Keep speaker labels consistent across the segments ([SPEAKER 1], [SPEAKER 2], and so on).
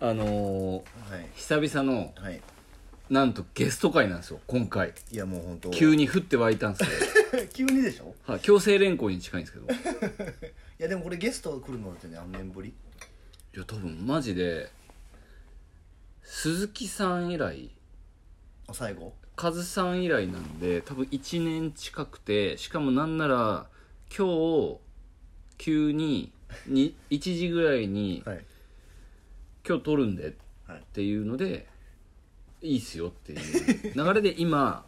[SPEAKER 1] あのー
[SPEAKER 2] はい
[SPEAKER 1] 久々の
[SPEAKER 2] はい
[SPEAKER 1] なんとゲスト会なんですよ今回
[SPEAKER 2] いやもう本当
[SPEAKER 1] 急
[SPEAKER 2] に
[SPEAKER 1] に降って湧いたんですけ
[SPEAKER 2] 急にでしょ
[SPEAKER 1] ど、はい、強制連行に近いんですけどい
[SPEAKER 2] いやでもこれゲスト来るのってね何年ぶり
[SPEAKER 1] や多分マジで鈴木さん以来
[SPEAKER 2] あ最後
[SPEAKER 1] カズさん以来なんで多分1年近くてしかもなんなら今日急にに1時ぐらいに
[SPEAKER 2] はい
[SPEAKER 1] 今日撮るんでっ
[SPEAKER 2] はい
[SPEAKER 1] ていうのでいいっすよっていう流れで今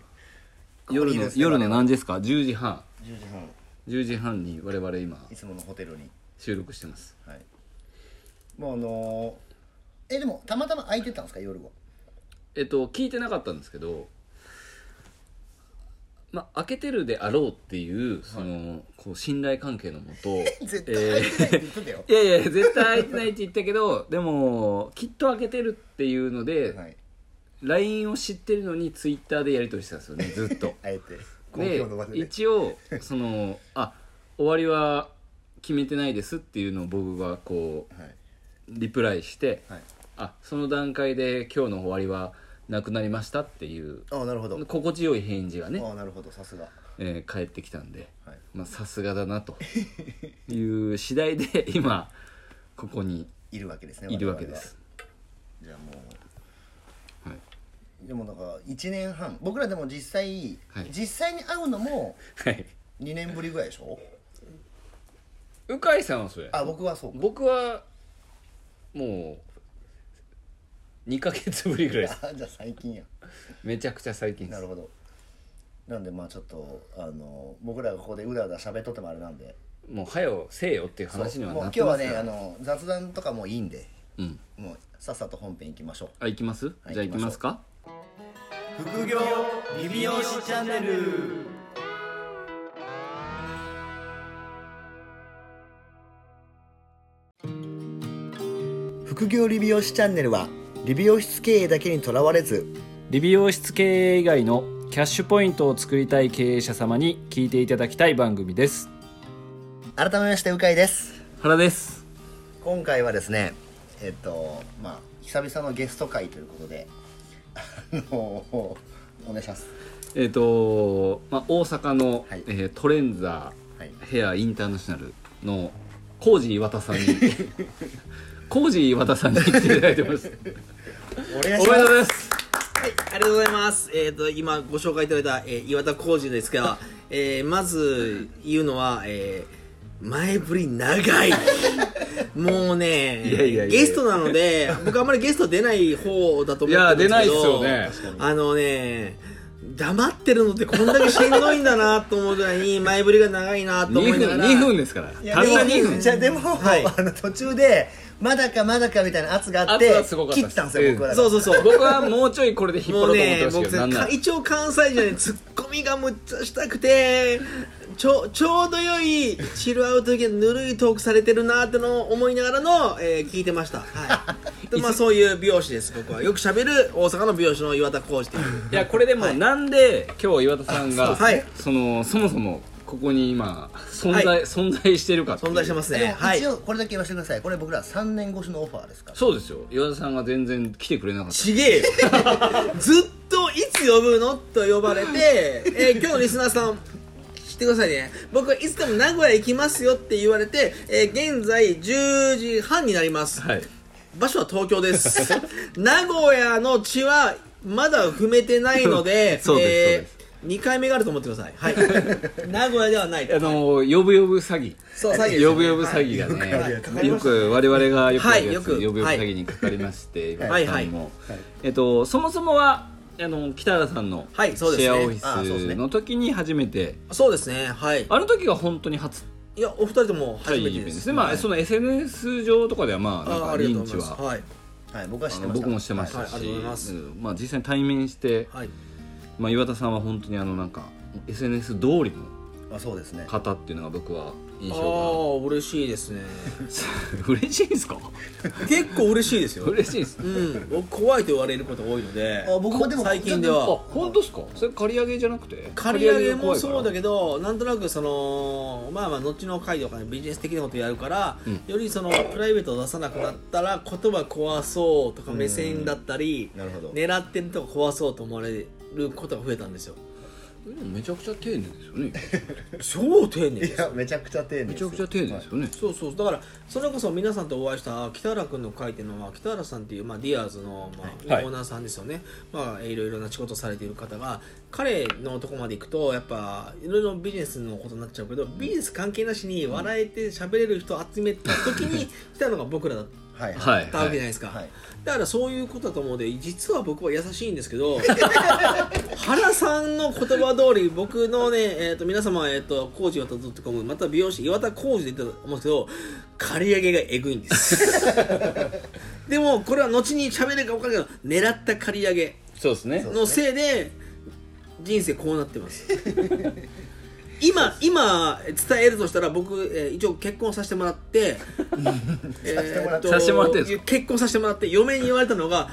[SPEAKER 2] ここ
[SPEAKER 1] 夜
[SPEAKER 2] にい
[SPEAKER 1] の
[SPEAKER 2] るんですね
[SPEAKER 1] 夜の何時ですか10時半
[SPEAKER 2] 10時半
[SPEAKER 1] 10時半に我々今
[SPEAKER 2] いつものホテルに
[SPEAKER 1] 収録してます
[SPEAKER 2] はいもうあのーえでもたまたま空いてたんですか夜は
[SPEAKER 1] えっと聞いてなかったんですけどまあ開けてるであろうっていうその、こう信頼関係のもと
[SPEAKER 2] 絶対空いてないって言ってたよ
[SPEAKER 1] いやいや絶対開いてないって言ったけどでもきっと開けてるっていうので、
[SPEAKER 2] はい、
[SPEAKER 1] LINE を知ってるのに Twitter でやり取りしてたんですよ ねずっと
[SPEAKER 2] あえて公
[SPEAKER 1] で
[SPEAKER 2] 共の場でね
[SPEAKER 1] 一応そのあ終わりは決めてないですっていうのを僕がこう
[SPEAKER 2] はい
[SPEAKER 1] リプライして
[SPEAKER 2] はい
[SPEAKER 1] あその段階で今日の終わりはなくなりましたっていう
[SPEAKER 2] ああなるほど
[SPEAKER 1] 心地よい返事がね
[SPEAKER 2] あ、あなるほどさすが
[SPEAKER 1] えー返ってきたんで
[SPEAKER 2] はい
[SPEAKER 1] まあさすがだなという次第で今ここに
[SPEAKER 2] いるわけですね
[SPEAKER 1] いるわけです
[SPEAKER 2] 我々はじゃあもう
[SPEAKER 1] はい
[SPEAKER 2] でもなんか1年半僕らでも実際、
[SPEAKER 1] はい
[SPEAKER 2] 実際に会うのも
[SPEAKER 1] はい
[SPEAKER 2] 2年ぶりぐらいでしょ
[SPEAKER 1] 鵜飼さんはそれ
[SPEAKER 2] あ僕はそう
[SPEAKER 1] 僕はもう2ヶ月ぶりぐらいです
[SPEAKER 2] かじゃあ最近や
[SPEAKER 1] めちゃくちゃ最近で
[SPEAKER 2] な
[SPEAKER 1] す
[SPEAKER 2] るほどなんでまあちょっとあの僕らがここでうだうだ喋っとってもあれなんで
[SPEAKER 1] もう早よせえよっていう話に
[SPEAKER 2] も
[SPEAKER 1] はな
[SPEAKER 2] う今
[SPEAKER 1] っ
[SPEAKER 2] 日
[SPEAKER 1] てま
[SPEAKER 2] は
[SPEAKER 1] すか
[SPEAKER 2] ね
[SPEAKER 1] ら
[SPEAKER 2] あの雑談とかもういいんで
[SPEAKER 1] うん
[SPEAKER 2] もうさっさと本編行きましょう
[SPEAKER 1] あ行きます、
[SPEAKER 2] はい
[SPEAKER 1] じゃあ行きますか
[SPEAKER 2] 副業リビオシチャンネル副業理美容師チャンネルは理美容室経営だけにとらわれず
[SPEAKER 1] 理美容室経営以外のキャッシュポイントを作りたい経営者様に聞いていただきたい番組です
[SPEAKER 2] 改めまして鵜飼です
[SPEAKER 1] 原です
[SPEAKER 2] 今回はですねえっとまあ久々のゲスト会ということであのお願いします
[SPEAKER 1] えっ、と、まあ、大阪の、
[SPEAKER 2] はい
[SPEAKER 1] えートレンザ
[SPEAKER 2] はい
[SPEAKER 1] ヘアインターナショナルのコージー岩田 さんにコージー岩田さんに来ていただいてます
[SPEAKER 2] お願
[SPEAKER 1] おめ
[SPEAKER 2] いし
[SPEAKER 1] で
[SPEAKER 2] ま
[SPEAKER 1] とうご
[SPEAKER 2] す
[SPEAKER 1] ざいます
[SPEAKER 3] はい、ありがとうございます。えっ、と、今ご紹介いただいた、えー岩田浩二ですが、えーまず言うのは、えー前振り 長い。もうね
[SPEAKER 1] いやいやいやいや
[SPEAKER 3] ゲストなので、僕あんまりゲスト出ない方だと思ってるんですけ
[SPEAKER 1] い
[SPEAKER 3] ど、
[SPEAKER 1] や出ないっすよね
[SPEAKER 3] あのね、黙ってるのってこんだけしんどいんだなと思うぐらいに、前振りが長いなと思
[SPEAKER 1] 2
[SPEAKER 3] いなが
[SPEAKER 1] 分
[SPEAKER 3] ら。
[SPEAKER 1] 2分ですからたった
[SPEAKER 2] いやでも
[SPEAKER 1] 2分
[SPEAKER 2] じゃあでも、
[SPEAKER 3] はい
[SPEAKER 2] あの途中でまだかまだかみたいな圧があって
[SPEAKER 1] 圧がすごかった
[SPEAKER 2] 切
[SPEAKER 1] です
[SPEAKER 2] ったんですよ、僕らが
[SPEAKER 3] そうそうそう。
[SPEAKER 1] 僕はもうちょいこれで引っ張ろう
[SPEAKER 3] も
[SPEAKER 1] と思っ
[SPEAKER 3] うね
[SPEAKER 1] てま、したけ
[SPEAKER 3] 僕
[SPEAKER 1] ど、なんな
[SPEAKER 3] さ
[SPEAKER 1] ら
[SPEAKER 3] 一応関西じゃね、ツッコミがむっちゃしたくて、ちょ、ちょうど良い、チルアウト的なぬるいトークされてるなーってのを思いながらの、えー聞いてました。はい。で、まあそういう美容師です、僕は。よく喋る大阪の美容師の岩田浩二っていう。
[SPEAKER 1] いやこれでもなんで今日岩田さんが
[SPEAKER 3] あそうですね
[SPEAKER 1] そのそもそもここに今存在、
[SPEAKER 3] はい
[SPEAKER 1] 存在してるかっていう
[SPEAKER 3] 存在してます
[SPEAKER 2] で
[SPEAKER 3] ね。
[SPEAKER 2] も
[SPEAKER 3] はい
[SPEAKER 2] 一。応これだけ言わせてくださいこれ僕ら3年越しのオファーですから
[SPEAKER 1] そうですよ岩田さんが全然来てくれなかった
[SPEAKER 3] ちげえよずっといつ呼ぶのと呼ばれて、えー今日のリスナーさん知ってくださいね僕はいつでも名古屋行きますよって言われて、えー現在10時半になります、
[SPEAKER 1] はい
[SPEAKER 3] 場所は東京です 名古屋の地はまだ踏めてないので
[SPEAKER 1] そうですそうです
[SPEAKER 3] 2回目があると思ってください、 はい、名古屋ではない
[SPEAKER 1] あの呼ぶ呼ぶ詐欺
[SPEAKER 3] そう詐欺ですね
[SPEAKER 1] 呼ぶ呼ぶ詐欺がね、
[SPEAKER 3] はいよくあるやつね
[SPEAKER 1] よく我々がよくある
[SPEAKER 3] はい
[SPEAKER 1] や
[SPEAKER 3] よ
[SPEAKER 1] つ、
[SPEAKER 3] く
[SPEAKER 1] 呼ぶ呼ぶ詐欺にかかりまして、
[SPEAKER 3] はい
[SPEAKER 1] 岩田さんも
[SPEAKER 3] は
[SPEAKER 1] えっとそもそもはあの北原さんのシ
[SPEAKER 3] はいそうですね
[SPEAKER 1] ェアオフ
[SPEAKER 2] あそうです
[SPEAKER 1] ィス
[SPEAKER 2] ね
[SPEAKER 1] の時に初めて
[SPEAKER 3] そうですねはい
[SPEAKER 1] あの時が本当に初
[SPEAKER 3] いやお二人とも初
[SPEAKER 1] 対
[SPEAKER 3] めて
[SPEAKER 1] 面
[SPEAKER 3] で
[SPEAKER 1] ですすね、まあその SNS 上とかではまあなん
[SPEAKER 3] あ
[SPEAKER 1] か
[SPEAKER 3] ありが
[SPEAKER 1] 認
[SPEAKER 3] とう
[SPEAKER 1] 知
[SPEAKER 3] ございます
[SPEAKER 1] は
[SPEAKER 3] はい、
[SPEAKER 2] はい僕は知
[SPEAKER 1] あ
[SPEAKER 2] って
[SPEAKER 1] の
[SPEAKER 2] ました
[SPEAKER 1] 僕もしてましたし、
[SPEAKER 3] はいありがとうございます
[SPEAKER 1] うんまあ、実際に対面して、
[SPEAKER 3] はい
[SPEAKER 1] まあ、岩田さんは本当にあのなんか SNS 通りの
[SPEAKER 2] あそうですね
[SPEAKER 1] 方っていうのが僕は印
[SPEAKER 3] あ
[SPEAKER 1] 象
[SPEAKER 3] あ嬉しいで すね
[SPEAKER 1] が 嬉しいんですか
[SPEAKER 3] 結構嬉しいですよ
[SPEAKER 1] 嬉しいです
[SPEAKER 3] うん僕怖いと言われることが多いので
[SPEAKER 2] あ僕もでも
[SPEAKER 3] 最近で
[SPEAKER 1] あ
[SPEAKER 3] は
[SPEAKER 1] 本当ですかそれ借り上げじゃなくて
[SPEAKER 3] 借り上げもそうだ
[SPEAKER 1] け
[SPEAKER 3] けどなんとなくそのまあまあ後の回とかねビジネス的なことやるから、
[SPEAKER 1] うん
[SPEAKER 3] よりそのプライベートを出さなくなったら言葉壊そうとか目線だったり
[SPEAKER 2] なるほど、
[SPEAKER 3] 狙ってるとこ壊そうと思われることが増えたんですよ
[SPEAKER 1] めちゃくちゃ丁寧ですよ ね
[SPEAKER 3] 超丁寧
[SPEAKER 2] いやめちゃくちゃ丁寧
[SPEAKER 1] め
[SPEAKER 2] です
[SPEAKER 1] ちゃ
[SPEAKER 2] よ
[SPEAKER 1] くちゃ丁寧ですよね
[SPEAKER 3] そうそうだからそれこそ皆さんとお会いした北原君の書いてるのは北原さんっていう、まあ、ディアーズの、まあ
[SPEAKER 1] はい
[SPEAKER 3] オーナーさんですよね、まあ、いろいろな仕事されている方が彼のとこまで行くとやっぱいろいろビジネスのことになっちゃうけどビジネス関係なしに笑えて喋れる人を集めた時 に来たのが僕らだっ
[SPEAKER 2] はい
[SPEAKER 1] は
[SPEAKER 3] たわけじゃない
[SPEAKER 1] い
[SPEAKER 3] ですか、
[SPEAKER 2] はい
[SPEAKER 3] だからそういうことだと思うので実は僕は優しいんですけど 原さんの言葉通り僕のね、えー、と皆様、えー、と工事岩田 .com または美容師岩田工事で言ったと思うんですけど借り上げがえぐいんです でもこれは後に喋れるか分からないけど狙った借り上げ
[SPEAKER 1] そうですね
[SPEAKER 3] のせいで人生こうなってます 今今伝えるとしたら僕、えー一応結婚 させてもらって
[SPEAKER 2] させてもらって
[SPEAKER 1] させてもらってんす
[SPEAKER 3] 結婚させてもらって嫁に言われたのが、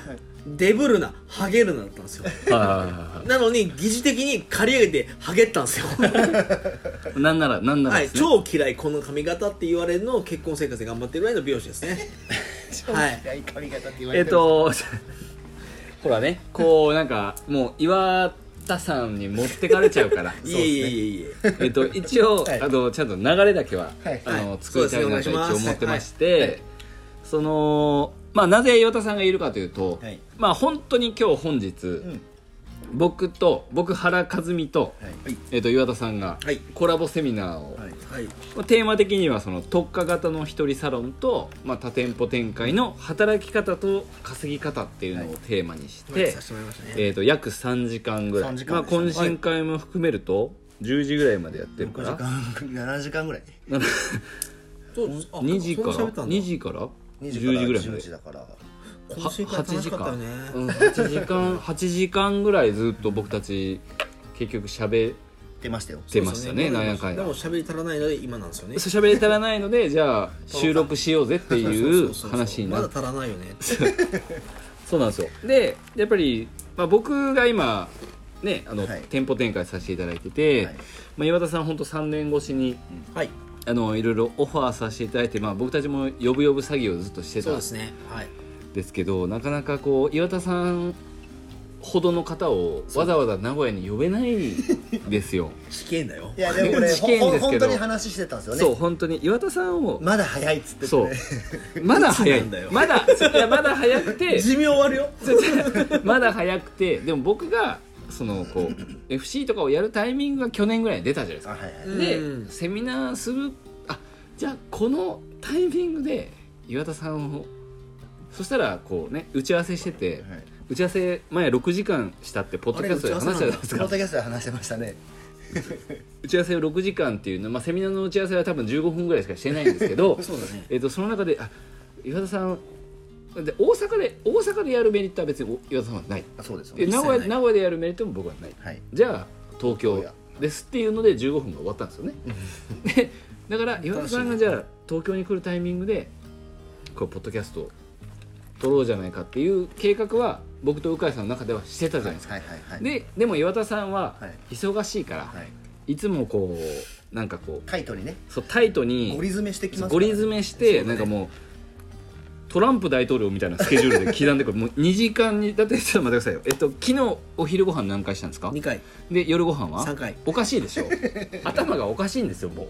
[SPEAKER 3] デブるなハゲるなだったんですよ
[SPEAKER 1] はいはいは
[SPEAKER 3] なのに疑似的に刈り上げてハゲったんですよ、
[SPEAKER 1] いはいなんならなんなら
[SPEAKER 3] は
[SPEAKER 1] で
[SPEAKER 3] い、
[SPEAKER 1] すね
[SPEAKER 3] 超嫌いこの髪型って言われるのを結婚生活で頑張ってるぐらいの美容師ですねはい
[SPEAKER 2] 嫌い髪型って言わ
[SPEAKER 1] え
[SPEAKER 2] れ
[SPEAKER 1] って
[SPEAKER 2] るんで
[SPEAKER 1] とほらね こうなんかもう岩田さんに持ってかれちゃうから
[SPEAKER 3] いえいえいえいえ
[SPEAKER 1] えっと一応、
[SPEAKER 2] はい
[SPEAKER 1] あのちゃんと流れだけは、
[SPEAKER 2] はい
[SPEAKER 1] あの
[SPEAKER 3] はい
[SPEAKER 1] 作りたいなと
[SPEAKER 3] そ
[SPEAKER 1] 一
[SPEAKER 3] うですねお願いし
[SPEAKER 1] 応
[SPEAKER 3] ます
[SPEAKER 1] 思ってまして、
[SPEAKER 3] はいはい
[SPEAKER 1] そのまあなぜ岩田さんがいるかというと、
[SPEAKER 2] はい
[SPEAKER 1] まあ本当に今日本日、
[SPEAKER 2] すね
[SPEAKER 1] 僕と僕原和美と,、
[SPEAKER 2] うんはい
[SPEAKER 1] えっと岩田さんが
[SPEAKER 3] はい
[SPEAKER 1] コラボセミナーを、
[SPEAKER 2] はい
[SPEAKER 3] はい
[SPEAKER 1] まあテーマ的にはその特化型の一人サロンと、まあ、多店舗展開の働き方と稼ぎ方っていうのをテーマにして、
[SPEAKER 3] させてもらいましたね
[SPEAKER 1] えー、と約3時間ぐらい、
[SPEAKER 2] 3時
[SPEAKER 1] まあ、
[SPEAKER 2] 間ですね
[SPEAKER 1] 懇親会も含めると10時ぐらいまでやってる
[SPEAKER 2] 6
[SPEAKER 1] か
[SPEAKER 2] 時
[SPEAKER 1] ら
[SPEAKER 2] 間7時間ぐらい
[SPEAKER 1] なんか
[SPEAKER 3] そうあ
[SPEAKER 1] 2時から
[SPEAKER 3] そんな喋ったんだ
[SPEAKER 1] 2時から10
[SPEAKER 2] 20
[SPEAKER 1] 時ぐらいま
[SPEAKER 2] 10
[SPEAKER 1] で
[SPEAKER 2] 時だから
[SPEAKER 3] 懇親会楽しかったよね
[SPEAKER 1] うん、8時間8時間ぐらいずっと僕たち結局喋っ
[SPEAKER 2] 出ましたよ
[SPEAKER 1] てましたねなんやかん
[SPEAKER 3] で
[SPEAKER 1] や
[SPEAKER 3] も喋り足らないので今なんですよね
[SPEAKER 1] そう喋れ足らないのでじゃあ収録しようぜっていう話にな
[SPEAKER 3] ま
[SPEAKER 1] っ
[SPEAKER 3] だ足らないよね
[SPEAKER 1] そうなんですよでやっぱり、まあ、僕が今ねあの、
[SPEAKER 2] はい
[SPEAKER 1] 店舗展開させていただいてて、
[SPEAKER 2] はい
[SPEAKER 1] まあ、岩田さん本当3年越しに
[SPEAKER 3] はい
[SPEAKER 1] あのいろいろオファーさせていただいて、まあ、僕たちも呼ぶ呼ぶ詐欺をずっとして
[SPEAKER 3] そう
[SPEAKER 1] たん
[SPEAKER 3] ですねはい
[SPEAKER 1] ですけどなかなかこう岩田さんほどの方をわざわざ名古屋に呼べないです よ
[SPEAKER 3] 試験だよ
[SPEAKER 2] いやでもこれ
[SPEAKER 1] 試験ですけど
[SPEAKER 2] 本当に話してたんですよね
[SPEAKER 1] そう本当に岩田さんを、
[SPEAKER 2] まだ早いっつってて
[SPEAKER 1] そう
[SPEAKER 2] ね
[SPEAKER 1] まだ早
[SPEAKER 3] いつ
[SPEAKER 1] い
[SPEAKER 3] なんだよ
[SPEAKER 1] まだいやまだ早くて
[SPEAKER 3] 寿命終わるよ
[SPEAKER 1] まだ早くてでも僕がそのこう FC とかをやるタイミングが去年ぐらいに出たじゃないです
[SPEAKER 2] あ
[SPEAKER 1] か
[SPEAKER 2] はいはい
[SPEAKER 3] うん
[SPEAKER 1] でセミナーするあじゃあこのタイミングで岩田さんをそしたらこうね打ち合わせしてて
[SPEAKER 2] はい
[SPEAKER 1] 打ち合わせ前6時間したってポッドキャストで話したじゃないです
[SPEAKER 2] ポッ
[SPEAKER 1] か
[SPEAKER 2] ドキャストで話してましたね
[SPEAKER 1] 打ち合わせを6時間っていうの、まあ、セミナーの打ち合わせは多分15分ぐらいしかしてないんですけ ど
[SPEAKER 3] そうだね
[SPEAKER 1] えっとその中であ岩田さんで大阪で大阪でやるメリットは別に岩田さんはない
[SPEAKER 2] あそうですよ
[SPEAKER 1] で
[SPEAKER 2] ね
[SPEAKER 1] 名古
[SPEAKER 3] 一切
[SPEAKER 1] 屋
[SPEAKER 3] ない
[SPEAKER 1] 名古屋でやるメリットも僕はない
[SPEAKER 2] はい
[SPEAKER 1] じゃあ東京ですっていうので15分が終わったんですよねでだから岩田さんがじゃあ東京に来るタイミングでこうポッドキャストを撮ろうじゃないかっていう計画は僕と鵜飼さんの中ではしてたじゃないですか、
[SPEAKER 2] はいはいはい
[SPEAKER 1] ででも岩田さんは
[SPEAKER 2] はい
[SPEAKER 1] 忙しいから、
[SPEAKER 2] はいい、
[SPEAKER 1] つもこうなんかこ
[SPEAKER 2] タイトにね
[SPEAKER 1] うそうタイトに
[SPEAKER 2] ゴリ詰めしてきますからね
[SPEAKER 1] ゴリ詰めして、なんかもうトランプ大統領みたいなスケジュールで刻んでくるもう2時間にだってちょっと待ってくださいよえっと昨日お昼ご飯何回したんですか
[SPEAKER 3] 2回
[SPEAKER 1] で夜ご飯は
[SPEAKER 3] 3回
[SPEAKER 1] おかしいで しょ頭がおかしいんですよも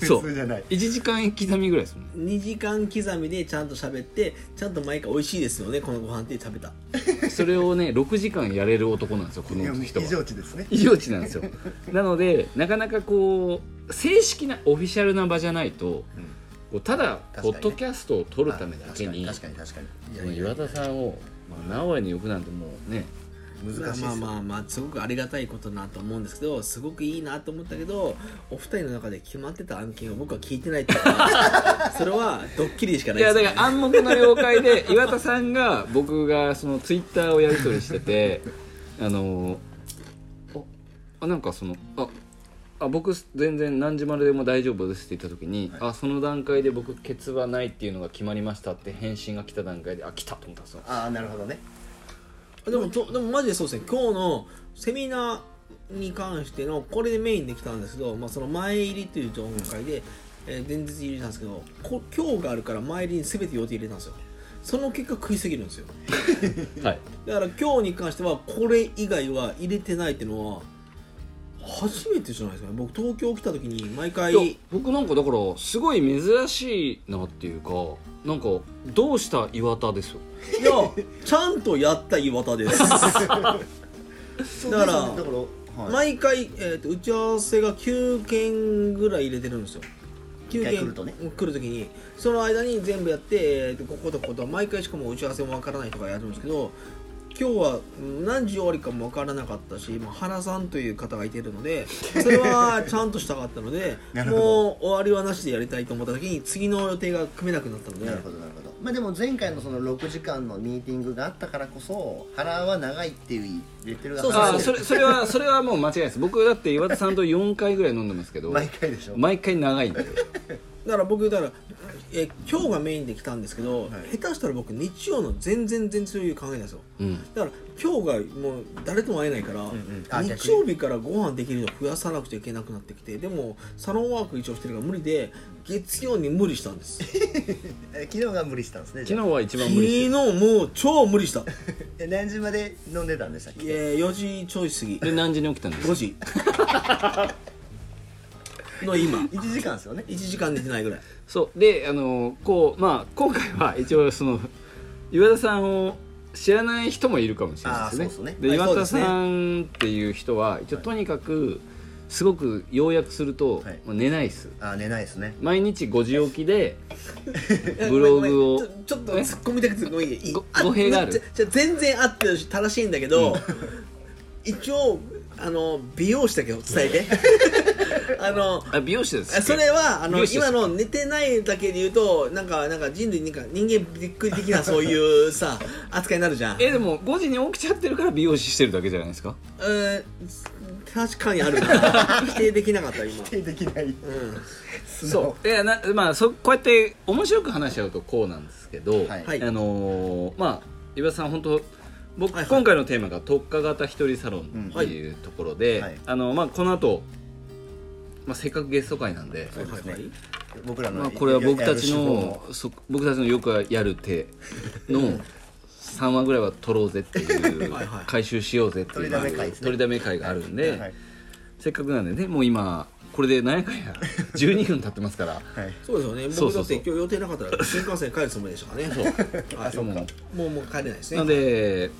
[SPEAKER 1] うそう
[SPEAKER 2] 普通じゃない
[SPEAKER 1] 1時間刻みぐらいですもん
[SPEAKER 3] 2時間刻みでちゃんと喋ってちゃんと毎回美味しいですよねこのご飯って食べた
[SPEAKER 1] それをね6時間やれる男なんですよこ
[SPEAKER 2] いや
[SPEAKER 1] の人は
[SPEAKER 2] 異常値ですね
[SPEAKER 1] 異常値なんですよなのでなかなかこう正式なオフィシャルな場じゃないと
[SPEAKER 2] うん
[SPEAKER 1] こうただ
[SPEAKER 2] 確か
[SPEAKER 1] ポ
[SPEAKER 2] にね
[SPEAKER 1] ッドキャストを撮るためだけに
[SPEAKER 2] 確かに確かに
[SPEAKER 1] そ
[SPEAKER 2] 確か
[SPEAKER 1] の
[SPEAKER 2] に
[SPEAKER 1] 岩田さんを、まあ、名古屋に置くなんてもうね
[SPEAKER 2] 難しい
[SPEAKER 3] ま
[SPEAKER 2] で
[SPEAKER 3] あ
[SPEAKER 2] すよ
[SPEAKER 3] まあまあすごくありがたいことだなと思うんですけどすごくいいなと思ったけどお二人の中で決まってた案件を僕は聞いてないっていうのは それはドッキリしかな
[SPEAKER 1] い
[SPEAKER 3] い
[SPEAKER 1] や
[SPEAKER 3] です
[SPEAKER 1] だ
[SPEAKER 3] よ
[SPEAKER 1] から暗黙の了解で岩田さんが僕がそのツイッターをやり取りしててあのああなんかそのああ僕全然何時まででも大丈夫ですって言った時に、あその段階で僕ケツはないっていうのが決まりましたって返信が来た段階であ来たと思ったんですよ
[SPEAKER 2] ああなるほどね
[SPEAKER 3] でもとでもマジでそうですね今日のセミナーに関してのこれでメインできたんですけど、まあ、その前入りという状態で、えー前日入りなんですけどこ今日があるから前入りに全て予定入れたんですよその結果食いすぎるんですよ
[SPEAKER 1] はい
[SPEAKER 3] だから今日に関してはこれ以外は入れてないっていうのは初めてじゃないですかね僕東京来た時に毎回
[SPEAKER 1] いや僕なんかだからすごい珍しいなっていうかなんかどうした岩田ですよ
[SPEAKER 3] いやちゃんとやった岩田です
[SPEAKER 2] そう
[SPEAKER 3] だから
[SPEAKER 2] ですねだから、はい、
[SPEAKER 3] 毎回、えー、と打ち合わせが9件ぐらい入れてるんですよ9
[SPEAKER 2] 回来るとね
[SPEAKER 3] 来る時にその間に全部やって、えー、とこことここと毎回しかも打ち合わせもわからないとかやるんですけど今日はうん何時終わりかもわからなかったし、まあ、原さんという方がいてるのでそれはちゃんとしたかったので
[SPEAKER 2] なるほど
[SPEAKER 3] もう終わりはなしでやりたいと思った時に次の予定が組めなくなったので
[SPEAKER 2] なるほどなるほどまあでも前回のその6時間のミーティングがあったからこそ腹は長いっていうレッテルが
[SPEAKER 3] そう
[SPEAKER 1] あ
[SPEAKER 2] 貼
[SPEAKER 1] ー
[SPEAKER 2] られて
[SPEAKER 1] それそれはそれはもう間違いないです僕だって岩田さんと4回ぐらい飲んでますけど
[SPEAKER 2] 毎回でしょ
[SPEAKER 1] 毎回長いんで
[SPEAKER 3] だから僕だからえ今日がメインで来たんですけど、下手したら僕日曜の全然全然そういう考えなんですよ
[SPEAKER 1] うん
[SPEAKER 3] だから今日がもう誰とも会えないから、
[SPEAKER 2] んあ逆に
[SPEAKER 3] 日曜日からご飯できるのを増やさなくちゃいけなくなってきてでもサロンワーク一応してるから無理で月曜に無理したんです昨
[SPEAKER 2] え昨日が無理したんですねじゃ
[SPEAKER 1] 昨
[SPEAKER 2] あ
[SPEAKER 1] 日は一番無理
[SPEAKER 3] 日
[SPEAKER 1] して
[SPEAKER 3] もう超無理した
[SPEAKER 2] え何時まで飲んでたんでしたっけ
[SPEAKER 3] えー4時ちょい過ぎ
[SPEAKER 1] で何時に起きたんです
[SPEAKER 3] 5
[SPEAKER 1] か
[SPEAKER 3] 時の今
[SPEAKER 2] 1時間ですよね
[SPEAKER 3] 1時間寝てないぐらい
[SPEAKER 1] そうであのこうまあ今回は一応その岩田さんを知らない人もいるかもしれないですね
[SPEAKER 2] あーそうですね
[SPEAKER 1] で
[SPEAKER 3] はい
[SPEAKER 1] 岩田
[SPEAKER 3] そ
[SPEAKER 1] さんっていう人は一応とにかくすごく要約すると、
[SPEAKER 2] はい
[SPEAKER 1] まあ寝ないっす
[SPEAKER 2] あ寝ないですね
[SPEAKER 1] 毎日5時起き でブログを
[SPEAKER 3] ごめんごめんちょちょっと突っ込みたくてごめんいい
[SPEAKER 1] ご
[SPEAKER 3] あ
[SPEAKER 1] 語弊がある
[SPEAKER 3] じゃじゃ全然あってるし正しいんだけど、一応あの美容師だけど伝 えてあの
[SPEAKER 1] あ美容師です
[SPEAKER 3] あそれはあ
[SPEAKER 1] 美
[SPEAKER 3] の
[SPEAKER 1] 容師です
[SPEAKER 3] 今の寝てないだけで言うとなんかなんか人類なんか人間びっくり的なそうい うさ扱いになるじゃん、
[SPEAKER 1] えでも5時に起きちゃってるから美容師してるだけじゃないですか
[SPEAKER 3] うん、確かにあ るな否定できなかった今、
[SPEAKER 2] 否定できない
[SPEAKER 3] うん、
[SPEAKER 1] そういやなまあそこうやって面白く話し合うとこうなんですけど、
[SPEAKER 2] はい
[SPEAKER 3] はい
[SPEAKER 1] あのーまあ岩田さん本当僕、
[SPEAKER 3] はいはい
[SPEAKER 1] 今回のテーマが特化型一人サロンっていうところで、
[SPEAKER 2] うんはい
[SPEAKER 1] あのまあこの後、まあせっかくゲスト会なんで、
[SPEAKER 2] そうですね
[SPEAKER 3] はい
[SPEAKER 2] 僕らの、
[SPEAKER 1] まあこれは僕たち
[SPEAKER 2] やる手法
[SPEAKER 1] の
[SPEAKER 2] も
[SPEAKER 1] そ僕たちのよくやる手の3話ぐらいは取ろうぜって いう
[SPEAKER 3] はいはい
[SPEAKER 1] 回収しようぜっていう
[SPEAKER 2] 取りだめ会ですね
[SPEAKER 1] 取りだめ会があるんで、
[SPEAKER 2] はい
[SPEAKER 1] せっかくなんでねもう今これで何やかん や12分経ってますから。
[SPEAKER 2] はい
[SPEAKER 3] そうですよね
[SPEAKER 1] そうそ
[SPEAKER 3] 僕だ
[SPEAKER 1] う
[SPEAKER 3] っ
[SPEAKER 1] そ
[SPEAKER 3] て
[SPEAKER 1] う
[SPEAKER 3] 今日予定なかったら新幹線帰るつもりでしたからね
[SPEAKER 1] あそうか
[SPEAKER 3] もうもう帰れないですね
[SPEAKER 1] なので、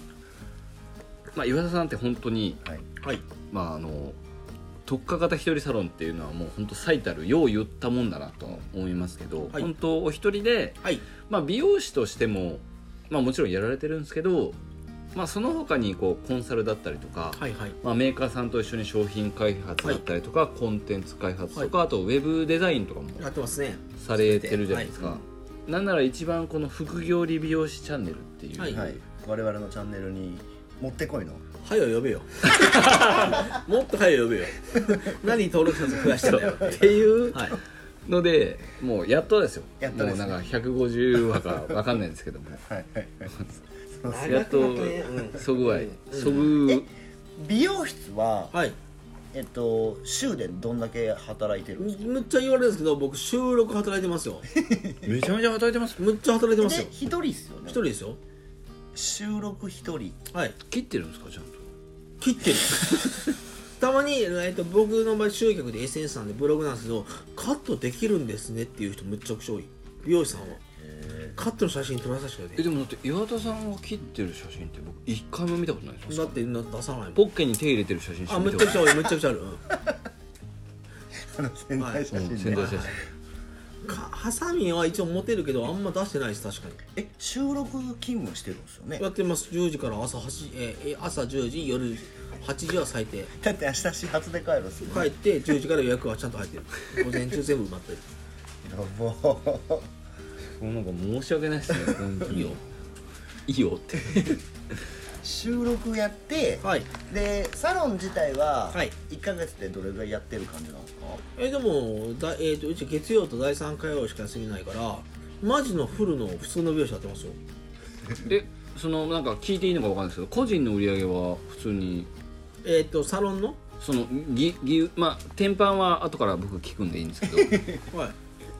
[SPEAKER 1] まあ、岩田さんって本当に、
[SPEAKER 2] はい
[SPEAKER 3] はい
[SPEAKER 1] まあ、あの特化型一人サロンっていうのはもう本当最たるよう言ったもんだなと思いますけど、
[SPEAKER 3] はい
[SPEAKER 1] 本当お一人で、
[SPEAKER 3] はい
[SPEAKER 1] まあ、美容師としても、まあ、もちろんやられてるんですけど、まあ、その他にこうコンサルだったりとか、
[SPEAKER 3] はいはい
[SPEAKER 1] まあ、メーカーさんと一緒に商品開発だったりとか、コンテンツ開発とか、あとウェブデザインとかも
[SPEAKER 3] やってますね
[SPEAKER 1] されてるじゃないですか、
[SPEAKER 3] は
[SPEAKER 1] なんなら一番この副業理美容師チャンネルっていう、
[SPEAKER 3] はい
[SPEAKER 2] はい、我々のチャンネルにもってこいの
[SPEAKER 3] はよ呼べ よもっとはよ呼べよ何登録者数増やしてんだよ
[SPEAKER 1] っていう
[SPEAKER 3] はい
[SPEAKER 1] のでもうやっとですよ
[SPEAKER 2] やっとですね
[SPEAKER 1] もうなんか150話か分かんないんですけども
[SPEAKER 2] はいはいはいそうそう
[SPEAKER 1] やっとそぐわいそぐ
[SPEAKER 2] 美容室は、
[SPEAKER 3] はい
[SPEAKER 2] えっと週でどんだけ働いてるんですか
[SPEAKER 3] むっちゃ言われるんですけど僕収録働いてますよ
[SPEAKER 1] めちゃめちゃ働いてます
[SPEAKER 3] むっちゃ働いてます
[SPEAKER 2] で
[SPEAKER 3] よ
[SPEAKER 2] 一人ですよね
[SPEAKER 3] 一人ですよ
[SPEAKER 2] 収録一人
[SPEAKER 3] はい
[SPEAKER 1] 切ってるんですかちゃんと
[SPEAKER 3] 切 ってるたまに、えー、と僕の場合集客で SNS なんでブログなんですけどカットできるんですねっていう人むっちゃくちゃ多い美容師さんはカットの写真撮らさせてく
[SPEAKER 1] え
[SPEAKER 3] れて
[SPEAKER 1] でもだって岩田さんが切ってる写真って僕一回も見たことないです
[SPEAKER 3] だ
[SPEAKER 1] よ
[SPEAKER 3] ってな出さないもん
[SPEAKER 1] ポッケに手入れてる写真し
[SPEAKER 3] あ
[SPEAKER 1] か
[SPEAKER 3] む
[SPEAKER 1] 見
[SPEAKER 3] ったちゃ
[SPEAKER 1] こ
[SPEAKER 3] く
[SPEAKER 1] と
[SPEAKER 3] ちゃ多いむっちゃくちゃある、うん
[SPEAKER 2] あの宣材写
[SPEAKER 1] ない
[SPEAKER 2] 真
[SPEAKER 1] うん
[SPEAKER 2] で、
[SPEAKER 1] 宣材写真
[SPEAKER 3] かハサミは一応持てるけどあんま出してないです確かに
[SPEAKER 2] え収録勤務してるんですよね
[SPEAKER 3] やってます10時から朝8時、えーえー朝10時夜8時は最低
[SPEAKER 2] だって明日始発で帰るんですよ、
[SPEAKER 3] 帰って10時から予約はちゃんと入って る午前中全部埋まってる
[SPEAKER 2] やばー
[SPEAKER 1] もうなんか申し訳ないですね本当にいいよいいよって
[SPEAKER 2] 収録やって、
[SPEAKER 3] はい
[SPEAKER 2] でサロン自体は
[SPEAKER 3] はい
[SPEAKER 2] 1か月でどれぐらいやってる感じなんですか、
[SPEAKER 3] えでもだ、えー、とうち月曜と第3火曜しか休みないからマジのフルの普通の美容師やってますよ
[SPEAKER 1] えそのなんか聞いていいのかわかんないですけど個人の売り上げは普通に
[SPEAKER 3] えっ、とサロンの
[SPEAKER 1] そのぎぎまあ天板は後から僕聞くんでいいんですけど
[SPEAKER 3] はい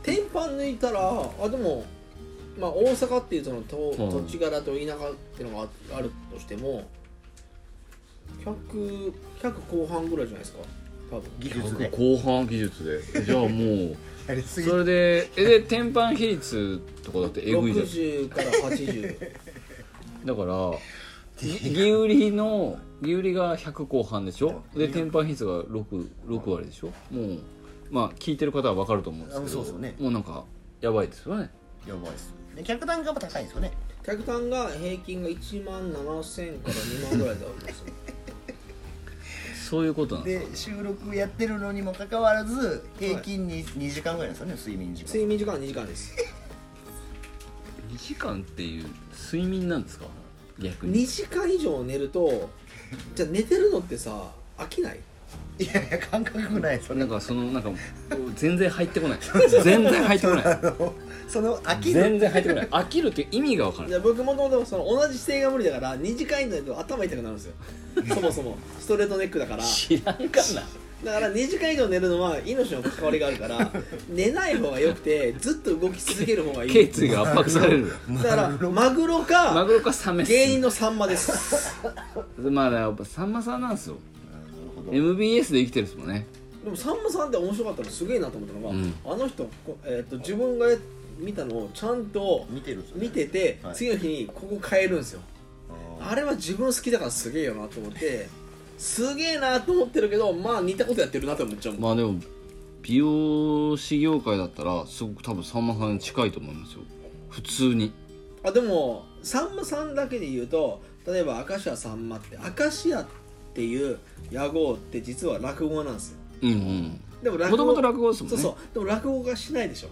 [SPEAKER 3] 天板抜いたらあでもまあ大阪っていうそのと、
[SPEAKER 1] うん
[SPEAKER 3] 土地柄と田舎っていうのがああるとしても 100, 100後半ぐらいじゃないですか多分
[SPEAKER 2] 技術で
[SPEAKER 1] 後半技術でじゃあ もう
[SPEAKER 2] やりすぎ
[SPEAKER 1] それでえで天板比率とかだってえぐいじゃん
[SPEAKER 3] 60から80
[SPEAKER 1] だからぎぎ売りのぎ売りが100後半でしょで天板比率が 6, 6割でしょもうまあ聞いてる方は分かると思うんですけど
[SPEAKER 2] あそうですよね
[SPEAKER 1] もうなんかやばいですよね
[SPEAKER 2] やばいですで客単価も高いんですよね
[SPEAKER 3] 客単が平均が1万7000から2万ぐらいだと思うん ですよ
[SPEAKER 1] そういうことなんです
[SPEAKER 2] で収録やってるのにもかかわらず平均に2時間ぐらいなんですよね睡眠時間
[SPEAKER 3] 睡眠時間は2時間です
[SPEAKER 1] 2時間っていう睡眠なんですか逆に
[SPEAKER 3] 2時間以上寝るとじゃあ寝てるのってさ飽きない
[SPEAKER 2] いやいや感覚ないそれ
[SPEAKER 1] なんかそのなんか全然入ってこない全然入ってこない
[SPEAKER 2] その飽きる
[SPEAKER 1] 全然入ってこない飽きるっていう意味が分から
[SPEAKER 3] じ
[SPEAKER 1] ない
[SPEAKER 3] ゃあ僕もともとその同じ姿勢が無理だから2時間以内だと頭痛くなるんですよそもそもストレートネックだから
[SPEAKER 1] 知らんかな
[SPEAKER 3] だから2時間以上寝るのは命の関わりがあるから寝ない方がよくてずっと動き続ける方がいい
[SPEAKER 1] 頸椎
[SPEAKER 3] だ
[SPEAKER 1] が圧迫さ れる
[SPEAKER 3] からマグロ
[SPEAKER 1] マ
[SPEAKER 3] か
[SPEAKER 1] グロかサメっす
[SPEAKER 3] 芸人のサンマです
[SPEAKER 1] まあやっぱさんまさんなんですよ
[SPEAKER 2] なるほど
[SPEAKER 1] MBS で生きてるんですもんね
[SPEAKER 3] でもさんまさんって面白かったのすげえなと思ったの
[SPEAKER 1] う
[SPEAKER 3] が、
[SPEAKER 1] ん
[SPEAKER 3] あの人、こえー、と自分が見たのをちゃんと
[SPEAKER 2] 見てるんですよね
[SPEAKER 3] 見てて、
[SPEAKER 2] はい
[SPEAKER 3] 次の日にここ変えるんですよ
[SPEAKER 2] あ
[SPEAKER 3] あれは自分好きだからすげえよなと思ってすげえなと思ってるけどまあ似たことやってるなと思っちゃうもん、
[SPEAKER 1] まあでも美容師業界だったらすごく多分さんまさんに近いと思いますよ普通に
[SPEAKER 3] あ、でもさんまさんだけで言うと例えば明石家さんまって明石家っていう屋号って実は落語なんですよ
[SPEAKER 1] うん
[SPEAKER 3] でも
[SPEAKER 1] うん
[SPEAKER 3] 落
[SPEAKER 1] も
[SPEAKER 3] 語
[SPEAKER 1] ともと落語ですもん
[SPEAKER 3] そ
[SPEAKER 1] ね
[SPEAKER 3] うそうでも落語がしないでしょ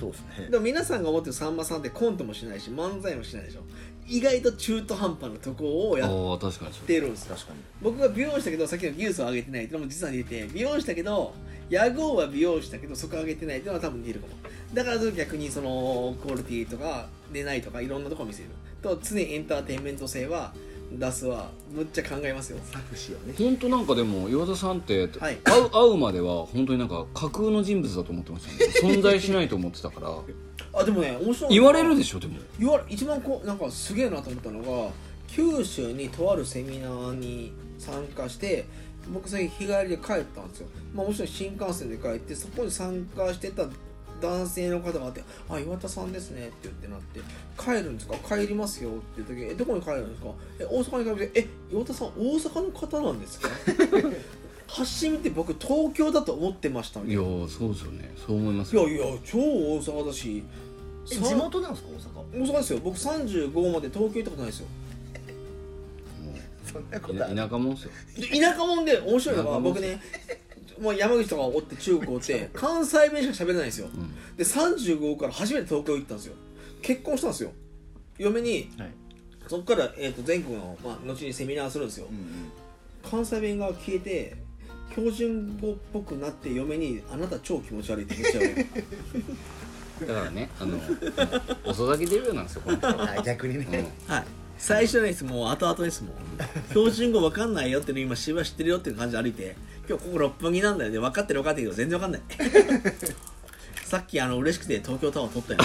[SPEAKER 2] そうですね
[SPEAKER 3] でも皆さんが思ってるさんまさんってコントもしないし漫才もしないでしょ意外と中途半端なとこをやっ
[SPEAKER 1] ああ確かにそう
[SPEAKER 3] てるんですよ
[SPEAKER 2] 確かに
[SPEAKER 3] 僕が美容師だけどさっきの技術を上げてないっていうのも実は似てて美容師だけど野号は美容師だけどそこ上げてないっていうのは多分似てるかもだから逆にそのクオリティとか出ないとかいろんなとこ見せると常にエンターテインメント性は出すはむっちゃ考えますよ
[SPEAKER 2] 作詞をね
[SPEAKER 1] 本当なんかでも岩田さんって、
[SPEAKER 3] はい
[SPEAKER 1] 会う会うまでは本当になんか架空の人物だと思ってました、 ね、存在しないと思ってたから
[SPEAKER 3] あでもね面白い
[SPEAKER 1] 言われるで
[SPEAKER 3] しょ
[SPEAKER 1] しょでも
[SPEAKER 3] 言われ一番こうなんかすげえなと思ったのが九州にとあるセミナーに参加して僕最近日帰りで帰ったんですよ、まあ、もちろん新幹線で帰ってそこに参加してた男性の方があって「あ岩田さんですね」って言ってなって「帰るんですか帰りますよ」っていう時「えどこに帰るんですかえ」大阪に帰るえ岩田さん大阪の方なんですか?」 発信見て僕東京だと思ってましたみ
[SPEAKER 1] い
[SPEAKER 3] たい
[SPEAKER 1] や
[SPEAKER 3] な
[SPEAKER 1] ーそうですよねそう思います
[SPEAKER 3] いや
[SPEAKER 1] よ
[SPEAKER 3] いや超大阪だし
[SPEAKER 2] え
[SPEAKER 3] さん
[SPEAKER 2] 地元なんですか大
[SPEAKER 3] 大阪ですよ僕35まで東京行ったことないですよ
[SPEAKER 1] も
[SPEAKER 2] 阪そんなこ
[SPEAKER 1] うい
[SPEAKER 2] とある
[SPEAKER 1] 田舎もんっすよ
[SPEAKER 3] で田舎もんで面白い
[SPEAKER 1] 田舎
[SPEAKER 3] のが
[SPEAKER 1] もん
[SPEAKER 3] 僕ねもう山口とかおって中国 おって関西弁しか喋れないんですよ
[SPEAKER 1] ん
[SPEAKER 3] で35から初めて東京行ったんですよ結婚したんですよ嫁に
[SPEAKER 2] はい
[SPEAKER 3] そっから、えー、と全国の、まあ、後にセミナーするんですよ
[SPEAKER 2] うんうん
[SPEAKER 3] 関西弁が消えて標準語っぽくなって嫁に「あなた超気持ち悪い」って言っちゃう
[SPEAKER 1] だからねあの遅咲きデビューなんですよこの人は
[SPEAKER 2] あ逆にね、
[SPEAKER 3] はい最初のやつもう後々ですもん標準語わかんないよっていうの今芝知ってるよっていう感じで歩いて今日ここ六本木なんだよね分かってる分かってるけど全然分かんない さっきあの嬉しくて東京タワー撮ったよ ね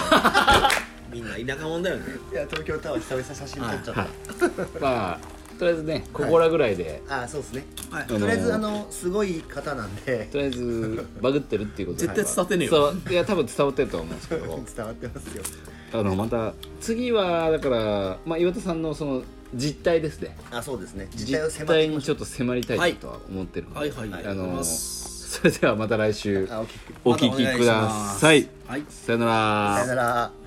[SPEAKER 3] みんな田舎者だよね
[SPEAKER 2] いや東京タワー久々写真撮っちゃった、
[SPEAKER 1] はいまあとりあえずねここらぐらいで、
[SPEAKER 2] ああそうですね
[SPEAKER 3] はい
[SPEAKER 1] あ
[SPEAKER 2] と
[SPEAKER 1] の
[SPEAKER 2] りあえずあのすごい方なんで
[SPEAKER 1] とりあえずバグってるっていうことで
[SPEAKER 3] 絶対伝わってねえよ
[SPEAKER 1] 伝わいや多分伝わってるとは思うんですけど
[SPEAKER 2] 伝わってますよ
[SPEAKER 1] あのまた次はだから、まあ、岩田さんのその実態ですね
[SPEAKER 2] あそうですね実
[SPEAKER 1] 実
[SPEAKER 2] 態を迫っ
[SPEAKER 1] 態
[SPEAKER 2] て
[SPEAKER 1] にちょっと迫りた
[SPEAKER 3] はいい
[SPEAKER 1] とは思ってるので、
[SPEAKER 3] はいはい
[SPEAKER 1] あ
[SPEAKER 3] ありがとうござい
[SPEAKER 1] の
[SPEAKER 3] ます
[SPEAKER 1] それではまた来週
[SPEAKER 2] あ OK
[SPEAKER 1] お聞きください
[SPEAKER 3] またお願いしますはい
[SPEAKER 1] さよなら
[SPEAKER 2] さよなら